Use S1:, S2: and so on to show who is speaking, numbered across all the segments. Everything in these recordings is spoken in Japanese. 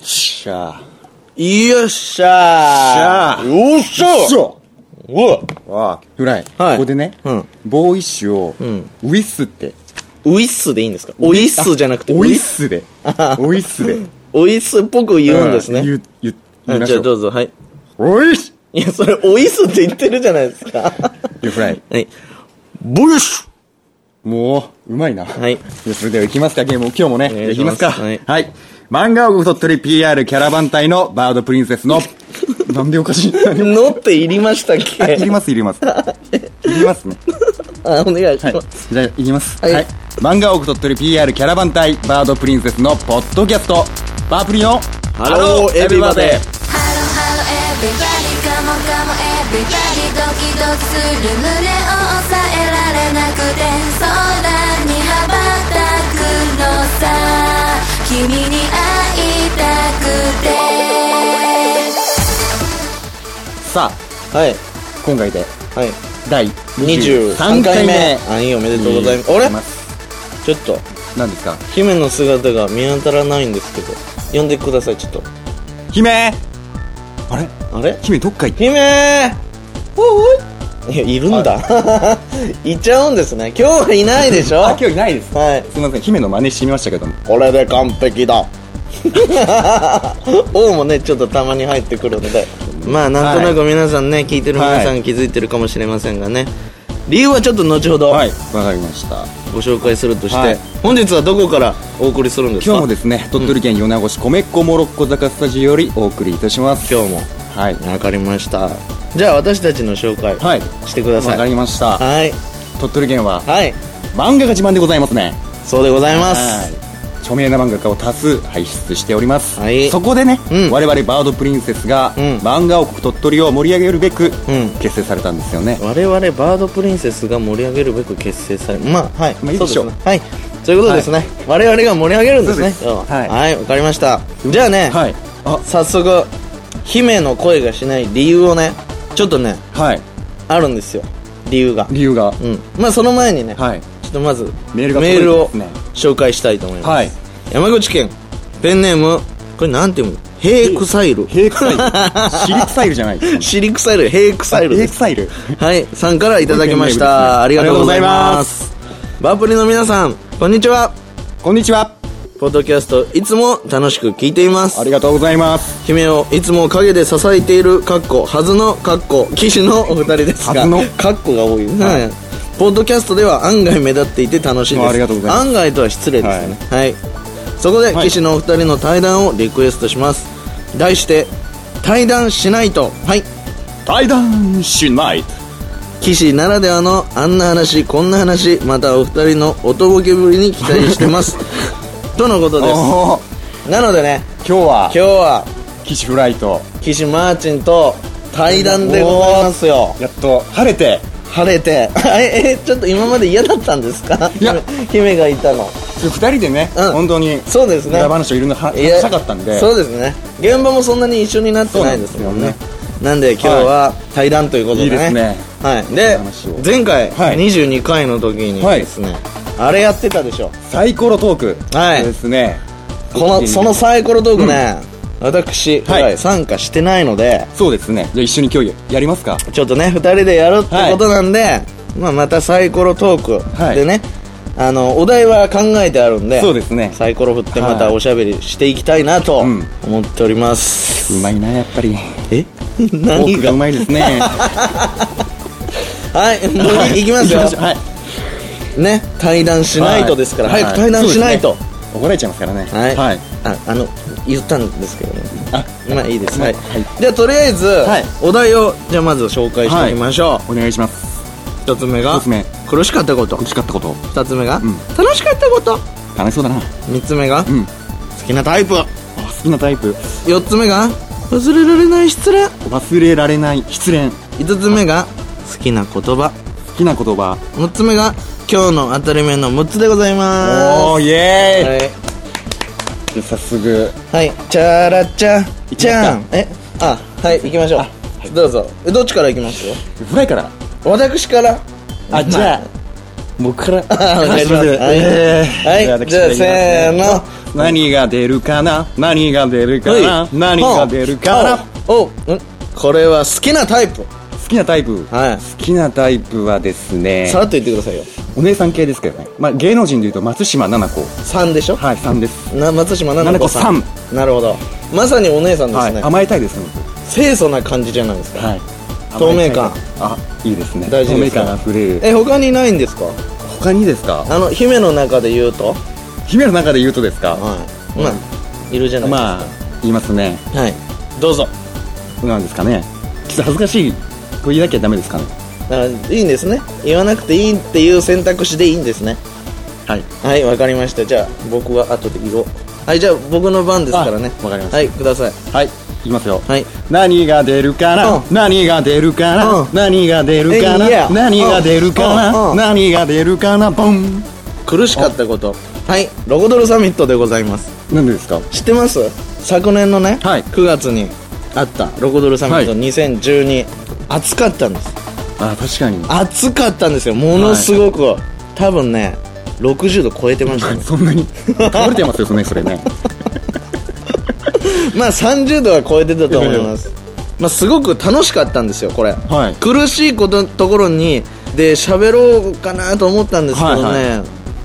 S1: しゃ
S2: よっしゃ
S1: しゃ
S2: よっしゃ
S1: そう
S2: わ
S1: わあフライ、
S2: はい
S1: ここでね、
S2: うん
S1: ボーイッシュを、
S2: ん
S1: ウィスって
S2: ウィッスでいいんですかウィッスじゃなくて、
S1: オイッスでオイッスで
S2: ウィッスっぽく 言うんですね。
S1: 言う言う言い
S2: あ
S1: ま
S2: じ
S1: し
S2: ゃあ
S1: ょ
S2: ど
S1: う
S2: うぞ、はい。
S1: オイッシ
S2: いや、それ、おいすって言ってるじゃないですか。は
S1: ュフライ
S2: い。ボルシ
S1: もううまいなはいやそれでは行きますかゲーム今日もね
S2: お願
S1: 行
S2: い
S1: き
S2: し
S1: ま
S2: ます
S1: すか
S2: はい
S1: 漫画王国鳥取 PR キャラバン隊のバードプリンセス のなんでおかしい
S2: ュのっていりましたっけ
S1: いりますいりますいりますね
S2: あ、お願いし
S1: はい
S2: ます。。
S1: じゃあ、いきます。は。
S2: はいい
S1: 漫画王国鳥取 PR キャラバン隊、バードプリンセスのポッドキャスト、バープリの、ハ
S2: ローエブリバデ
S3: Hello, hello, everybody, come on, come on, everybody ドキドキする胸を抑えられなくて空に羽ばたくのさ君に会いたくて
S1: さあ、
S2: はい。
S1: 今回で、
S2: はい。
S1: 第
S2: 23
S1: 23
S2: 回
S1: 回
S2: 目
S1: 目。。
S2: あい、おめでとうございます。あれちょっと、
S1: 何ですか
S2: 姫の姿が見当たらないんですけど、呼んでください、ちょっと。
S1: 姫あれ
S2: あれ
S1: 姫どっか行って
S2: 姫ーいや、いるんだ。 いちゃうんですね。今日はいないでしょ
S1: あ、今日いないです。
S2: はい。
S1: すいません、姫の真似してみましたけども。
S2: これで完璧だ 王もねちょっとたまに入ってくるのでまあなんとなく皆さんね、聞いてる皆さ
S1: は
S2: ん気づいてるかもしれませんがね理由はちょっと後ほど
S1: はい、わかりました。
S2: ご紹介するとして、
S1: はい
S2: 本日はどこからお送りするんです
S1: 今
S2: か
S1: 日もですね、鳥取県米子市米っ子モロッコ坂スタジオよりお送りいたします。
S2: 今日も
S1: はい。
S2: 分かりましたじゃあ私たちの紹介
S1: はい。
S2: してくださ
S1: わ
S2: い
S1: かりました。
S2: はい
S1: 鳥取県は
S2: はい
S1: 漫画が自慢でございますね。
S2: そうでございます
S1: はい著名な漫画家を多数輩出しております、
S2: はい
S1: そこでね、
S2: うん
S1: 我々バードプリンセスが、
S2: うん
S1: 漫画王国鳥取を盛り上げるべく、
S2: うん
S1: 結成されたんですよね
S2: 我々バードプリンセスが盛り上げるべく結成されまあはい、
S1: まあいいでしょう
S2: そうですねはいということですね、我々が盛り上げるんですね
S1: そうです
S2: 今
S1: はい
S2: 日ははいわ、かりましたじゃあね、
S1: はいあ
S2: 早速姫の声がしない理由をねちょっとね
S1: はい
S2: あるんですよ理由が
S1: 理由が、
S2: うんまあその前にね、
S1: はい
S2: ちょっとまず
S1: メールが
S2: メ
S1: 届いて
S2: ール
S1: ま
S2: を
S1: すね
S2: 紹介したいと思います、
S1: はい
S2: 山口県ペンネームこれなんて読むヘイクサイル
S1: ヘイク サイルシリクサイルじゃないです
S2: シリクサイルヘイクサイル
S1: ヘ
S2: で
S1: イク
S2: す
S1: サイル
S2: はい、さんからいただきまし
S1: ご
S2: た。
S1: 意見
S2: ありがとうございま
S1: あ
S2: す。バープリの皆さん、こんにちは。
S1: こんにちは
S2: ポッドキャスト、いつも楽しく聞いています
S1: あ。りがとうございます
S2: 姫をいつも陰で支えている、かっこ、はずの、かっこ、騎士のお二人ですが、
S1: はずの
S2: かっこが多いですね。
S1: はい
S2: ポッドキャストでは案外目立っていて楽しいです。
S1: あありがとうございます
S2: 案外とは失礼ですね。はい。そこで、
S1: はい
S2: 騎士のお二人の対談をリクエストします。題して、対談しないと。はい。
S1: 対談しない
S2: 騎士ならではのあんな話こんな話またお二人のおとぼけぶりに期待してます とのことです
S1: おー
S2: なのでね
S1: 今日は
S2: 今日は
S1: 騎士フライト
S2: 騎士マーチンと対談でございますよ
S1: やっと晴れて
S2: 晴れてええちょっと今まで嫌だったんですか
S1: いや
S2: 姫姫がいたの
S1: 二人でね、
S2: うん
S1: 本当に
S2: そうですね
S1: 裏話をいろんな話
S2: いや
S1: したかったんで
S2: そうですね現場もそんなに一緒になってないですもんね
S1: そうなん
S2: なんで今日は対談ということでね
S1: いいですね
S2: はい、で
S1: 話を
S2: 前回
S1: はい
S2: 22回の時にですね、あれやってたでしょ
S1: サイコロトーク
S2: はい
S1: ですね
S2: このそのサイコロトークね、私、
S1: はい
S2: はい参加してないので
S1: そうですねじゃあ一緒に競技やりますか
S2: ちょっとね2人でやるってことなんで、まあ、またサイコロトー
S1: は
S2: ク
S1: い
S2: でね、あのお題は考えてあるんで
S1: そうですね
S2: サイコロ振って
S1: はい
S2: またおしゃべりしていきたいなと
S1: うん
S2: 思っております、
S1: うまいなやっぱり
S2: え
S1: 多
S2: 何
S1: くが
S2: が
S1: うまいです ね
S2: はいもういきますよ、
S1: 行きしょ うはい
S2: ね対談しないとですから、
S1: はい
S2: 早く対談しないと、
S1: そうですね怒られちゃいますからね
S2: はい、
S1: はい
S2: ああの言ったんですけどね
S1: あ
S2: まあいいです、はい
S1: はい
S2: じゃあとりあえず、
S1: い
S2: お題をじゃあまず紹介していきましょ
S1: お願いします
S2: う、一つ目が
S1: 一つ目
S2: 苦しかったこと
S1: 欲しかったこと
S2: 二つ目が、
S1: ん
S2: 楽しかったこと
S1: 楽しそうだな
S2: 三つ目が、好
S1: うん
S2: きなタイプ
S1: あ好きなタイプ
S2: 四つ目が忘れられない失恋
S1: 忘れられない失恋
S2: 五つ目が好きな言
S1: 好
S2: 葉
S1: きな言葉
S2: 六つ目が今日の当たり目の六つでございま
S1: おーイ
S2: す
S1: エ
S2: はい
S1: ーイ早速
S2: はい、チャラチャチャン
S1: 行
S2: えあはい行きましょう、どうぞえどっちから行きます
S1: フライから
S2: 私から
S1: あじゃあ僕から
S2: あわかります
S1: えー
S2: はい、
S1: 私
S2: じゃ
S1: から
S2: あ
S1: 言います
S2: せ
S1: ね
S2: ーの
S1: 何が出るかな何が出るかな
S2: はい
S1: 何が出るかな
S2: おおんこれは好きなタイプ
S1: 好きなタイプ好
S2: は
S1: きなタイプはです
S2: い
S1: ね
S2: さらっと言ってくださいよ
S1: お姉さん系ですけどねまあ芸能人でいうと松島菜々子
S2: 3でしょ
S1: はいさんです
S2: な松島菜々子さ
S1: 菜
S2: ん
S1: 々
S2: なるほどまさにお姉さんで
S1: は
S2: す
S1: い
S2: ね、
S1: 甘えたいですね
S2: 清楚な感じじゃないですか、
S1: はい
S2: 透明感
S1: あいいですね
S2: 大事
S1: 透
S2: で
S1: 明
S2: すか
S1: 感あふれる
S2: え他にないんですか
S1: 他にですか
S2: あの姫の中で言うと
S1: 姫の中で言うとですか
S2: はいまあいるじゃないですか、
S1: まあ言いますね
S2: はいどうぞ
S1: どうなんですかねちょっと恥ずかしいと言いなきゃダメですかね
S2: あいいんですね言わなくていいっていう選択肢でいいんですね
S1: はい
S2: はいわかりましたじゃあ僕は後で言おうはいじゃあ僕の番ですからね
S1: あわかりました
S2: はいください
S1: はいいきますよ
S2: はい
S1: 何が出るか
S2: う
S1: なん何が出るか
S2: う
S1: なん何が出るか
S2: えいや
S1: な何が出るか
S2: うんう
S1: なん何が出るかなボン
S2: 苦しかったことはいロコドルサミットでございます
S1: なんでですか
S2: 知ってます昨年のね、
S1: はい
S2: 9月にあったロコドルサミット
S1: は
S2: 2012、暑かったんです
S1: あ確かに
S2: 暑かったんですよものすごく、多分ね60度超えてましたね
S1: そんなに倒れてますよねそれね
S2: まあ30度は超えてたと思い ますまあすごく楽しかったんですよこれ、
S1: はい
S2: 苦しいことところにで喋ろうかなと思ったんですけどね、
S1: はい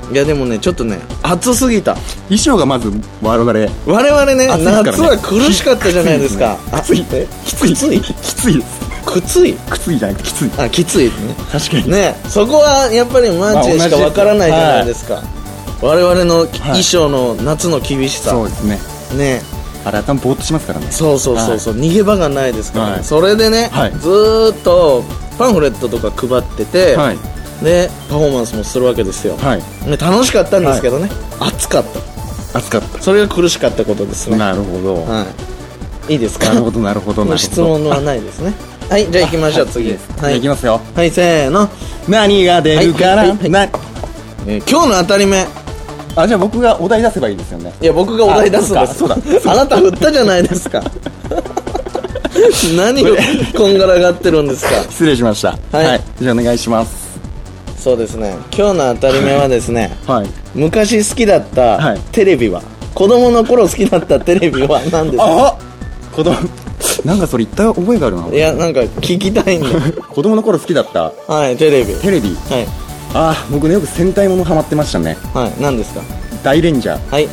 S2: いやでもねちょっとね暑すぎた
S1: 衣装がまず我々
S2: 我々ね
S1: 暑いからね
S2: 夏は苦しかったじゃないですか
S1: きつい
S2: え
S1: きつい
S2: きつい
S1: きついです
S2: きつい
S1: きついじゃなくてきつい
S2: あきついね
S1: 確かに
S2: ねそこはやっぱりマーチンしかわからないじゃないですか、我々の衣装の夏の厳しさ、
S1: そうですね
S2: ね
S1: あれ頭ぼーっとしますからね
S2: そうそうそうそう、逃げ場がないですから、ね
S1: はい
S2: それでね、
S1: はい
S2: ずーっとパンフレットとか配ってて、
S1: はい
S2: でパフォーマンスもするわけですよ、
S1: はい
S2: ね、楽しかったんですけどね、暑かった
S1: 暑かった
S2: それが苦しかったことですね
S1: なるほど
S2: はいいいですか
S1: なるほどなるほどなるほど
S2: 質問はないですねはいじゃあ行きましょう次
S1: はいじゃ
S2: は
S1: あ
S2: い
S1: いきますよ
S2: はいせーの、
S1: 何が出るか
S2: はいは
S1: ない
S2: はい
S1: な
S2: えー今日の当たり目
S1: あじゃあ僕がお題出せばいいですよね
S2: いや僕がお題出すんで
S1: あ
S2: す
S1: そうかそう
S2: あなた振ったじゃないで すか何をこんがらがってるんですか
S1: 失礼しました
S2: はい
S1: はいじゃあお願いします
S2: そうですね今日の当たり目はですね
S1: はい
S2: 昔好きだった
S1: はい
S2: テレビは、子供の頃好きだったテレビは何ですか
S1: あ子供 なんかそれ言った覚えがあるない
S2: やなんか聞きたいん で
S1: 子供の頃好きだった
S2: はいテレビ
S1: テレビ
S2: は
S1: あ
S2: い
S1: あ僕ねよく戦隊ものハマってましたね
S2: はい何ですか
S1: 大レンジャー
S2: はい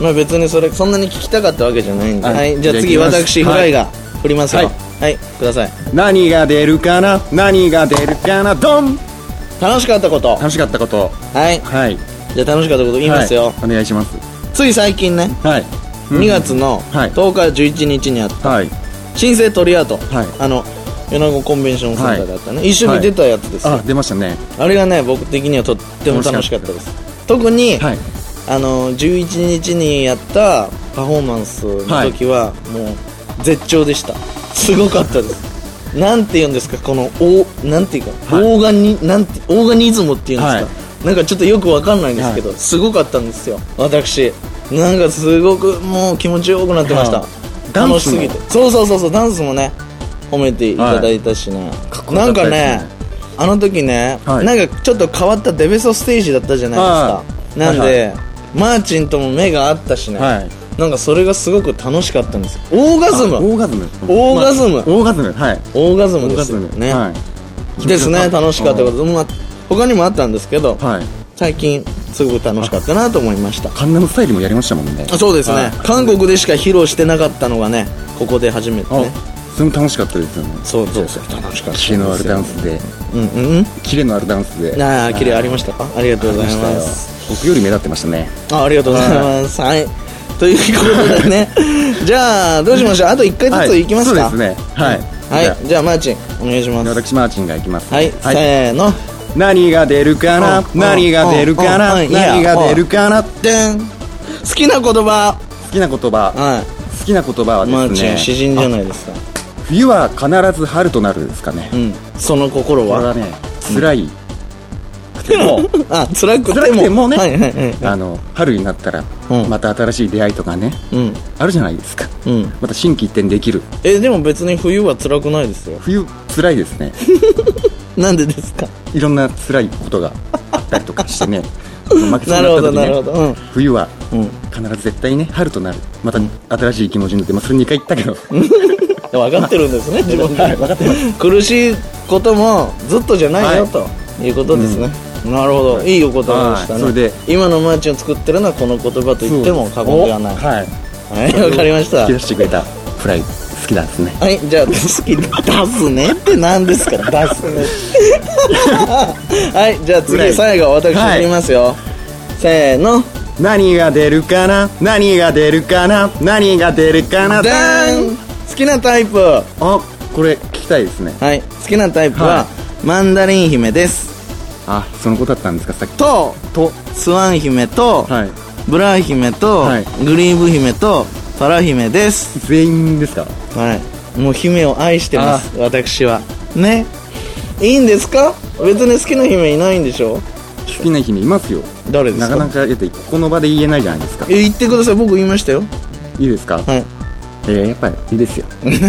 S2: まあ別にそれそんなに聞きたかったわけじゃないんで、は
S1: はいい
S2: じゃあ次
S1: じゃあ行きます
S2: 私フライが振りますよは
S1: はいい、
S2: ください
S1: 何が出るかな何が出るかなドン
S2: 楽しかったこと
S1: 楽しかったこと
S2: はい
S1: はい
S2: じゃあ楽しかったこと言いますよ、
S1: はいお願いします
S2: つい最近ね
S1: はい
S2: 2月の
S1: はい
S2: 10日11日にあった
S1: はい
S2: 新生トリアート、
S1: はい
S2: あの米子コンベンションセンターだったね、一緒に出たやつですよ、
S1: あ出ましたね
S2: あれがね僕的にはとっても楽しかったです特に、
S1: はい
S2: あの11日にやったパフォーマンスの時は、もう絶頂でしたすごかった ですなんて言うんですかこのおなんていうか、
S1: はい
S2: オーガニなんてオーガニズムっていうんですか、
S1: はい
S2: なんかちょっとよくわかんないんですけど、すごかったんですよ私なんかすごくもう気持ちよくなってました、
S1: はいダンスも
S2: 楽しすぎてそうそうそうそうダンスもね褒めていただいたしね、
S1: かっこよ
S2: な
S1: か
S2: ん
S1: ったです
S2: か
S1: ね
S2: ねあの時ね、
S1: はい
S2: なんかちょっと変わったデベソステージだったじゃないですかな
S1: はい
S2: んで、
S1: はい
S2: マーチンとも目が合ったしね、
S1: はい
S2: なんかそれがすごく楽しかったんですよオーガズ
S1: あ
S2: ム
S1: オーガズム
S2: オーガズム
S1: まあオーガズムはい
S2: オーガズ
S1: オ
S2: ム
S1: ー
S2: で
S1: ガ
S2: す
S1: ズ
S2: よ
S1: ム
S2: ね、
S1: はい
S2: ですね楽しかったこと、まあ、他にもあったんですけど、
S1: はい
S2: 最近すごく楽しかったなと思いました
S1: カンナムスタイルもやりましたもんね
S2: あそうですね、
S1: はい
S2: 韓国でしか披露してなかったのがねここで初めて
S1: あ
S2: ね
S1: それも楽しかったですよね
S2: そうそうそう楽しかったんです
S1: キレ
S2: よ
S1: のあるダンスで
S2: うんうんうん
S1: キレのあるダンスで
S2: ああ綺麗ありましたかありがとうございます
S1: 僕より目立ってましたね
S2: あありがとうございます。はい。ということで ね、じゃあ、どうしましょう。あと1回ずついきますか。
S1: はいそうですねはい
S2: はい。
S1: じ
S2: じ
S1: ゃ
S2: ゃあ、マーチン、お願いしま
S1: あ
S2: す。
S1: 私マーチンがいきます
S2: はい、せーの。
S1: 何が出るか
S2: う
S1: なん何が出るか
S2: うん
S1: な
S2: うんいや
S1: 何が出るかな好
S2: でん。好きな言葉。
S1: きな言葉
S2: は
S1: 好きな言葉
S2: い。マ
S1: は
S2: ー
S1: です
S2: チン、
S1: ね
S2: 詩人じゃないですか。
S1: 冬は必ず春となるですかね
S2: うん。その心
S1: これ
S2: は
S1: は。ね辛いでも
S2: あ、辛く
S1: 辛
S2: て
S1: く
S2: も。
S1: てもね
S2: はいはいはい。
S1: あの春になったら
S2: うん
S1: また新しい出会いとかね
S2: うん。
S1: あるじゃないですか
S2: うん。
S1: また心機一転できる
S2: え、でも別に冬は辛くないですよ。
S1: 冬辛い ですね
S2: なんでですか
S1: いろんな辛いことがあったりとかしてね負けそうになった時ね
S2: なるほどなるほどうん
S1: 冬は
S2: うん
S1: 必ず絶対ね春となるまた新しい気持ちになって、まあ、それ2回言ったけど
S2: 分かってるんですね 自分で、
S1: はい分かってま
S2: 苦しいこともずっとじゃないよ、ということですね、なるほど、い、いお言葉でしたね、
S1: はいそれで
S2: 今のマーチンを作ってるのはこの言葉と言っても過言ではない
S1: おはい
S2: はい わかりました
S1: 引き出してくれたフライ好きなんですね
S2: はいじゃあ好き出すねって何ですか出すね はいじゃあ次最後私
S1: はい
S2: 言いますよ、せーの
S1: 何が出るかな何が出るかな何が出るかな
S2: ダーン好きなタイプは
S1: あこれ聞きたいですね
S2: い好きなタイプは、
S1: は
S2: マンダリン姫です
S1: あそのことだったんですかさっき
S2: と
S1: と
S2: スワン姫と、
S1: はい
S2: ブラ姫と、
S1: はい
S2: グリーブ姫とパラ姫です
S1: 全員ですか
S2: はいもう姫を愛してます私はねいいんですか別に好きな姫いないんでしょ
S1: 好きな姫いますよ
S2: 誰ですか
S1: なかなかだってここの場で言えないじゃないですか
S2: え言ってください僕言いましたよ
S1: いいですか
S2: はい
S1: えー、やっぱりいいですよ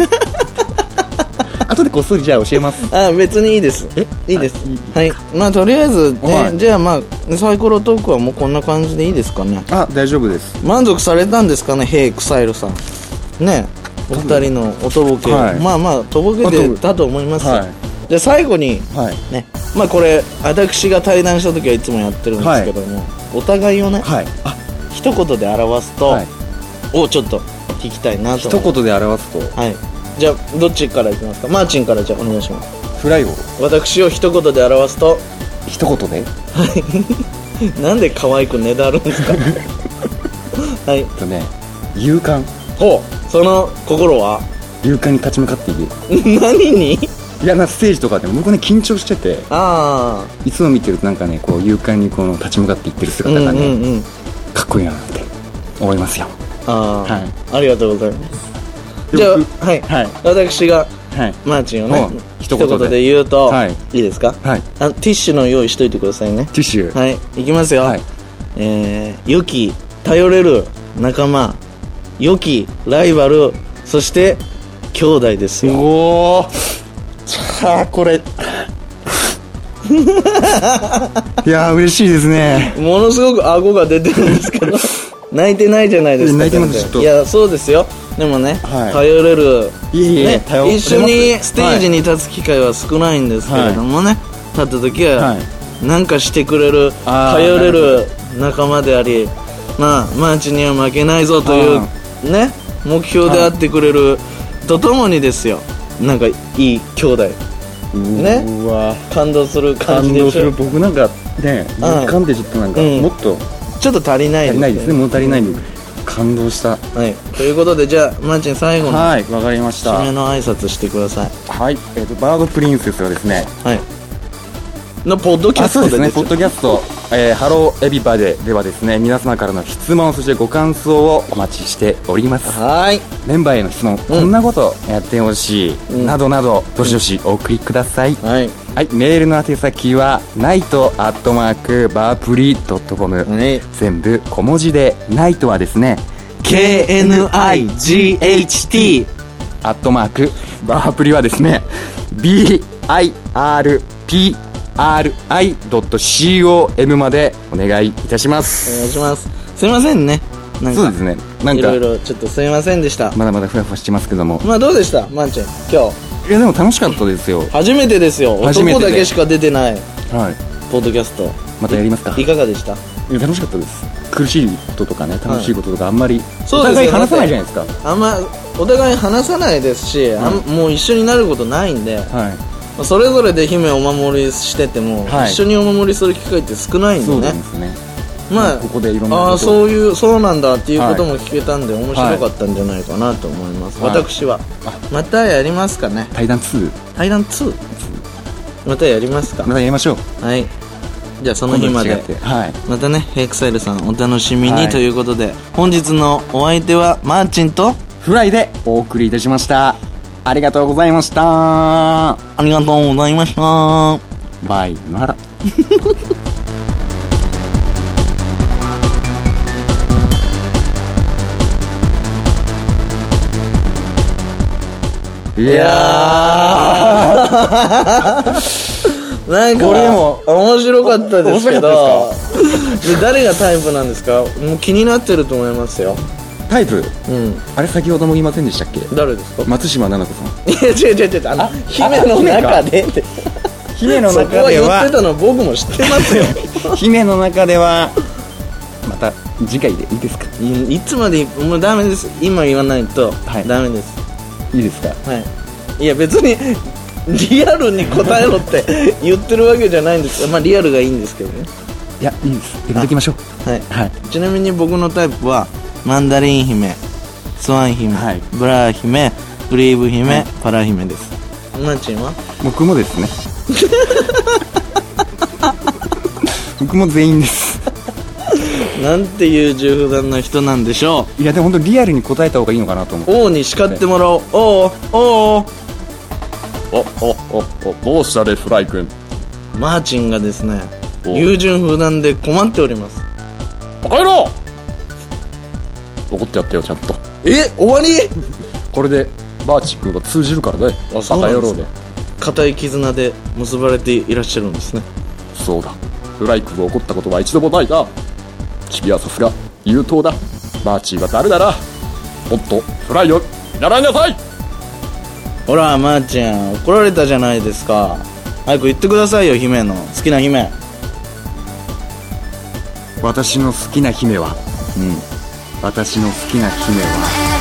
S1: 後でこっそりじゃあ教えます
S2: あ別にいいです
S1: え
S2: いいです
S1: あ
S2: はいまあとりあえず、ね
S1: はい
S2: じゃあまあサイコロトークはもうこんな感じでいいですかね
S1: あ大丈夫です
S2: 満足されたんですかねヘイクサイルさんねお二人のおとぼけ、
S1: はい
S2: まあまあとぼけてたと思いますよ、
S1: はい
S2: じゃあ最後に
S1: はい
S2: ねまあこれ私が対談した時はいつもやってるんですけども、お互いをね、
S1: はいあ
S2: 一言で表すと、
S1: はい
S2: をちょっと聞きたいなと
S1: 一
S2: 思う
S1: 言で表すと
S2: はいじゃあどっちからいきますかマーチンからじゃあお願いします
S1: フライを
S2: 私を一言で表すと
S1: 一言で
S2: なんで可愛くねだるんですか はい
S1: えっとね勇敢
S2: ほうその心は
S1: 勇敢に立ち向かっていける
S2: 何に
S1: いやなステージとかでも僕ね緊張してて
S2: あ
S1: いつも見てるとなんかねこう勇敢にこの立ち向かっていってる
S2: あ、
S1: 姿がね、
S2: うんうんうん
S1: かっこいいなって思いますよ
S2: ああ、
S1: はい
S2: ありがとうございますじゃあ
S1: 僕
S2: はい、
S1: はい
S2: 私が
S1: はい
S2: マーチンをね
S1: うん
S2: 一
S1: 一
S2: 言
S1: 言
S2: で
S1: で
S2: 言うと、
S1: はいい、
S2: いですか
S1: はい
S2: あティッシュの用意しといてくださいね
S1: ティッシュ
S2: はいいきますよ、
S1: はい
S2: えー、良き頼れる仲間良きライバルそして兄弟ですよ
S1: おおさあ これいやー嬉しいですね
S2: ものすごく顎が出てるんです けど泣いてないじゃないですか
S1: 泣いてます
S2: 全然
S1: ちょっと
S2: いやそうですよでもね、
S1: はい
S2: 頼れる
S1: いえいえ
S2: ね
S1: 頼れ
S2: 一緒に
S1: ます
S2: ステージに立つ機会は少ないんですけれどもね、立った時は
S1: は
S2: なんかしてくれる、
S1: あー
S2: 頼れる仲間でありまあマーチには負けないぞという
S1: あ
S2: ね目標であってくれるとともにですよなんかいい兄弟ね
S1: うわ
S2: 感動する感じ
S1: 感
S2: で
S1: 動
S2: し
S1: する
S2: ょ
S1: 僕なんかね
S2: うん
S1: 感でちょっとなんか
S2: うん
S1: もっと
S2: ちょっと足りない
S1: 足りないですね物足りない部分感動した
S2: はい、ということでじゃあマーチン最後の
S1: はいわかりまし
S2: 締め
S1: た
S2: の挨拶してください
S1: はいえっとバードプリンセスはですね
S2: はいのポッドキャ
S1: あ
S2: ス
S1: そう
S2: ト
S1: で
S2: です
S1: ね、
S2: 出ち
S1: ポ
S2: ゃう
S1: ッドキャスト、えーハローエビバデではですね、皆様からの質問、そしてご感想をお待ちしております。
S2: はーい
S1: メンバーへの質問、こんなことやってほしい、
S2: うん
S1: などなど、どしどしお送りください。
S2: はい
S1: はい、メールの宛先は、ナイトアットマーク、バープリドットコム。
S2: はい
S1: 全部小文字で、ナイトはですね、
S2: KNIGHT
S1: アットマーク、バープリはですね、birpri.com までお願いいたします。
S2: お願いしますすいませんねなんか
S1: そうですね。なん
S2: い
S1: か
S2: ろいろちょっとすいませんでした
S1: まだまだふわふわしてますけども。
S2: まあどうでしたマーチン今日
S1: いやでも楽しかったですよ。
S2: 初めてですよ
S1: 初めてで
S2: 男だけしか出てない
S1: はい。
S2: ポッドキャスト
S1: またやりますか。
S2: い
S1: い
S2: かがでした
S1: や楽しかったです。苦しいこととかね、楽しいこととかあんまり、
S2: そ
S1: お
S2: う
S1: 互
S2: ですよ
S1: い話さないじゃないですか。
S2: あんまお互い話さないですし、あんもう一緒になることないんで、
S1: は
S2: それぞれで姫をお守りしてても、
S1: はい
S2: 一緒にお守りする機会って少ない
S1: い。
S2: ん
S1: そ
S2: で
S1: うな
S2: ね
S1: んですね。
S2: まあ
S1: ここでいろんなことを
S2: ああそういうそうなんだっていうことも聞けたんで、面白かったんじゃないかなと思います、
S1: はい
S2: 私はまたやりますかね
S1: 対談2、
S2: 対談2またやりますか
S1: またやりましょう。
S2: はいじゃあその日
S1: 今
S2: まで
S1: 度は違って。はい。
S2: またねヘイクサイルさんお楽しみに、
S1: はい
S2: ということで本日のお相手はマーチンと
S1: フライでお送りいたしました。ありがとうございました。
S2: ありがとうございました
S1: バイなら。いや
S2: なんか
S1: これも
S2: 面白かったですけど
S1: 面白かっ
S2: で 誰がタイプなんですかもう気になってると思いますよ
S1: タイプ
S2: うん
S1: あれ先ほども言いませんでしたっけ
S2: 誰ですか
S1: 松島奈々子さ
S2: いや違う違う違うあの姫の中でって
S1: ん姫の
S2: そこ
S1: 中
S2: は
S1: で
S2: 言って
S1: は
S2: たの僕も知ってますよ
S1: 姫の中ではまた次回でいいですか
S2: うん いつまでもうダメです今言わないと
S1: はい
S2: ダメです
S1: いいですか
S2: はいいや別にリアルに答えろって言ってるわけじゃないんですまあリアルがいいんですけどね
S1: いやいいですやめときましょう
S2: はい
S1: はい
S2: ちなみに僕のタイプはマンダリン姫スワン姫、
S1: はい
S2: ブラー姫グリーブ姫、パラ姫ですマーチンは
S1: 僕も ですね僕も全員です
S2: なんていう重負担な人なんでしょ
S1: いやでも本当リアルに答えた方がいいのかなと思っ
S2: う
S1: て
S2: 王に叱ってもらおう王王
S1: おおおおどうしたでフライ君
S2: マーチンがですね
S1: お
S2: 優柔不断で困っております
S1: バカ野郎怒ってやったよちゃんと
S2: え終わり
S1: これでバーチ君が通じるからねバ
S2: そう
S1: カ
S2: なん
S1: 野
S2: ですね
S1: 郎で
S2: 固い絆で結ばれていらっしゃるんですね
S1: そうだフライ君が怒ったことは一度もないな君はさすが優等だバーチーは誰だなもっとフライを習いなさい
S2: ほらまー、ちゃん怒られたじゃないですか早く言ってくださいよ姫の好きな姫
S1: 私の好きな姫はうん私の好きな姫は